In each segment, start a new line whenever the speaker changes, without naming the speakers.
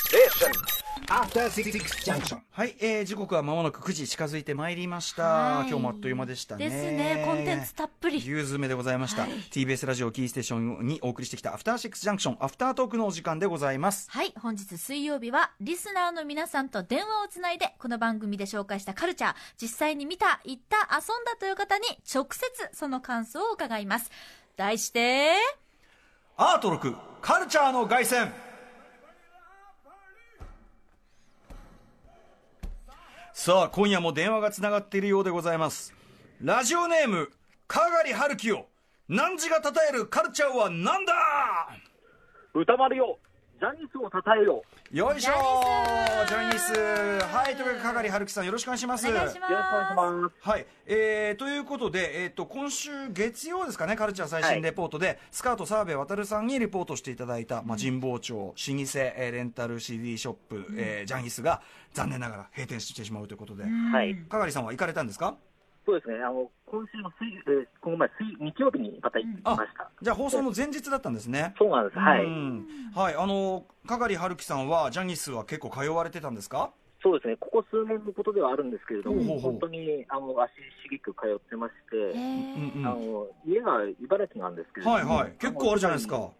Station. After Six Junction.
はい、えー、時刻は間もなく9時近づいてまいりました、
はい
今日もあっという間でしたね
ですねコンテンツたっぷり
夕詰めでございました、
はい
TBS ラジオキーステーションにお送りしてきたアフターシックスジャンクションアフタートークのお時間でございます
はい本日水曜日はリスナーの皆さんと電話をつないでこの番組で紹介したカルチャー実際に見た行った遊んだという方に直接その感想を伺います題して
アート6カルチャーの凱旋さあ今夜も電話がつながっているようでございますラジオネームかがりはるきよ汝が称えるカルチャーはなんだ
歌丸よ、ジャニスを称えよ、
よいしょジ
ジ
ャ
ャ
ニ
ニ
ー
ー
ス
ス
はいというわけでかがりはるきさんよろしくお願いします
お願いしま
よろしくお
す
願いします。
はい、えーということで、えー、と今週月曜ですかね、カルチャー最新レポートで、スカート澤部渉さんにレポートしていただいた、まあ、神保町、老舗、えーレンタル CD ショップ、えージャニスが残念ながら閉店してしまうということで、
はい
かがりさんは行かれたんですか
そうですね、あの今週の水、えーこの前水、日曜日にまた行きました。
じゃあ、放送の前日だったんですね。
そうなんです、はい。
うんはい、あのかがりはるきさんは、ジャニスは結構通われてたんですか
そうですね、ここ数年のことではあるんですけれど
ほ
も、
うほうほう
本当にあの足しげく通ってまして、
うんう
え
ん
あの家が茨城なんですけれども、
はいはい、結構あるじゃないですか。
の。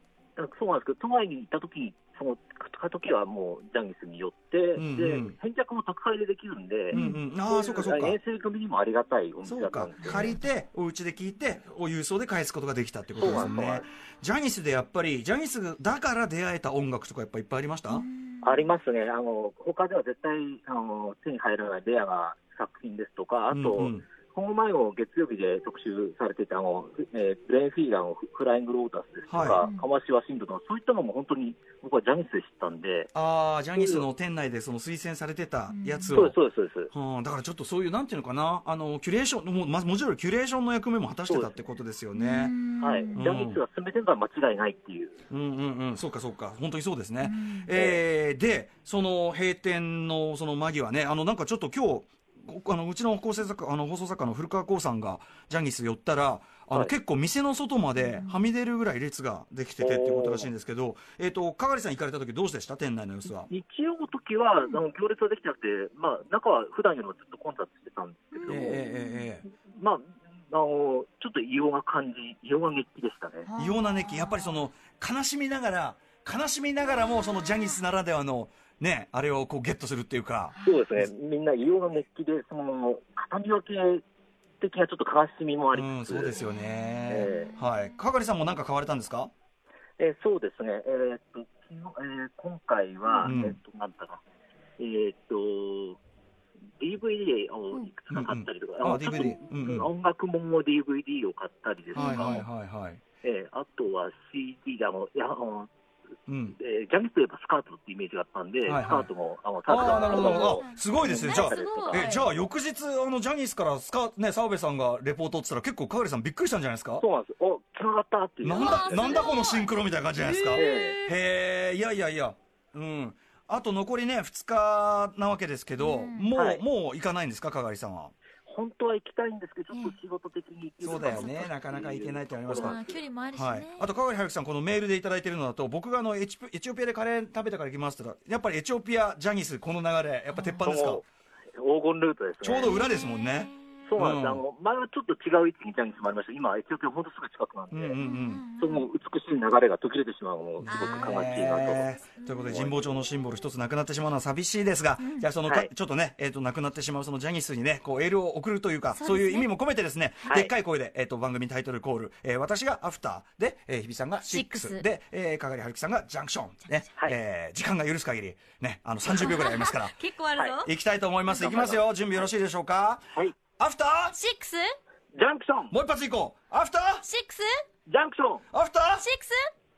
そうなんですけど、都外に行った時その買った時はもうジャニスに寄って、
んうん
で返却も宅配でできるんで、
うんうん、ああ、そうかそうか。
遠征組にもありがたいお店
そう
だった
か
んですよ
借りてお家で聞いてお郵送で返すことができたってことです
そうなん
ね
です
ジャニスでやっぱりジャニスだから出会えた音楽とかやっぱいっぱいありました、
ありますね、あの他では絶対あの手に入らないレアな作品ですとか、あと、
うんうん
この前も月曜日で特集されていたあの、えーブレインフィーガーのフフライングロータスですとか、
は
カマシワシンドとか、そういったのも本当に僕はジャニスで知ったんで、
ああジャニスの店内でその推薦されてたやつ
そ
を
うです、、そうです、そうです。
うん、だからちょっとそういうなんていうのかなあのキュレーションもうまもちろんキュレーションの役目も果たしてたってことですよね
はい、ジ
ん
ャニスが進めてるのは間違いないっていう、
うんうんうんそうかそうか本当にそうですね、えーでその閉店のその間際ねあのなんかちょっと今日こあのうちの構成作家あの放送作家の古川光さんがジャニス寄ったらあの、
はい
結構店の外まではみ出るぐらい列ができててっていうことらしいんですけど、えっとかがりさん行かれた時どうでした店内の様子は。
日曜の時はあの行列はできてなくて、まあ、中は普段よりもずっと混雑してたんですけ
え
れど
え
も、
えええ
まあ、あのちょっと異様な感じ、異様な熱気でしたね。
え異様な熱気やっぱりその悲しみながら悲しみながらもそのジャニスならではのねあれをこうゲットするっていうか。
そうですね、みんな異様な熱気で、その片見分け的なちょっと悲しみもあり
うん、
つつ、
そうですよね、
え
はい、かがりさんもなんか買われたんですか。
えーそうですね、えーっと昨日えー今回は、
うん
えーっとなんだか、えーっと、DVD をいくつか買ったりとか、
うんうん
の
あ DVD
ちょっと
うんうん
音楽もんの DVD を買ったりですとか、
はいはいはいはい。
えーあとは CD があのいやあの、
うん。
えージャニスといえばスカートってイメージがあったんで、
はいはい
スカートも、あのタ
ああ、なる
と
ほ
か
ど、なるほど
も。
あすごいですね、
ね
じゃあ
す。ごい
え、じゃあ、翌日、あの、ジャニースから、スカ、ね、澤部さんがレポートって言ったら、結構、かがりさんびっくりしたんじゃないですか
そうなんです。お、繋がったっていう。
なん
わあ
だ、
すごい
なんだこのシンクロみたいな感じじゃないですか
え
へ
ー
え、いやいやいや、うん。あと残りね、2日なわけですけど、
うん
も
は
う
い、
もう行かないんですか、かがりさんは。
本当は行きたいんですけど、ちょっと仕事的に行ける
そうだよねなかなか行けないってありますから
まあ距離もあるしね、
はい、あと、香川春樹さん、このメールでいただいてるのだと、僕があのエチプエチオピアでカレー食べたから行きますって言ったら、やっぱりエチオピア、ジャニス、この流れ、やっぱ鉄板ですか
も、う黄金ルートですね。
ちょうど裏ですもんね。
そうなんです、
うん
あの前はちょっと違う位置にジャニスもありました今、エチオピア、ほんとすぐ近くなんで、
うんうんうん
その美しい流れが途切れてしまうのも、すごく悲しいなと。
えーということで神保町のシンボル一つなくなってしまうのは寂しいですが、じゃあそのか、
はい
ちょっとね、えー、となくなってしまうそのジャニスにねこうエールを送るというかそう,、
そうですね
いう意味も込めてですね、
は
で
い
っかい声で、えー、と番組タイトルコール、えー私が「アフター」で、えー日比さんが「シック
シッ
ス
クス
で、えー、かがりはるきさんが「ジャンクション」ね
はい
えー時間が許す限りねあの30秒ぐらいありますから
結構あるぞ、
いきたいと思いますいきますよ準備よろしいでしょうか、
はい、
アフター
シックス
ジャンクション、
もう一発いこうアフター
シックス
ジャンクション、
アフター
シックス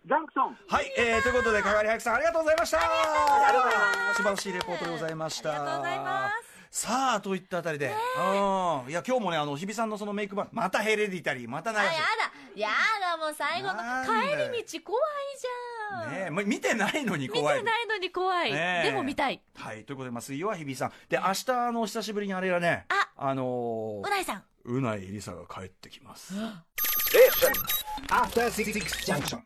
ジャンクション。
はい、えー、ということで、かがりはくさん、ありがとうございました。ありがとうございます。素晴らしいレポートでございました。。
ありがとうございます
さあ、といったあたりで、うん、いや、今日もね、あの、日比さんのそのメイク版、またヘレディタリー、また流
あ
し
や。だやだもう最後の
なんで
帰り道怖いじゃん、
ねえ、ま見てないのに
見て
怖。
ないいのに怖い、
ねえ
でも見たい
はい、ということで、まあ、水曜は日比さん。で、明日、あの、久しぶりにあれがね、あの
うないさん
ー、うないりさが帰ってきます。
Station. After Six Junction.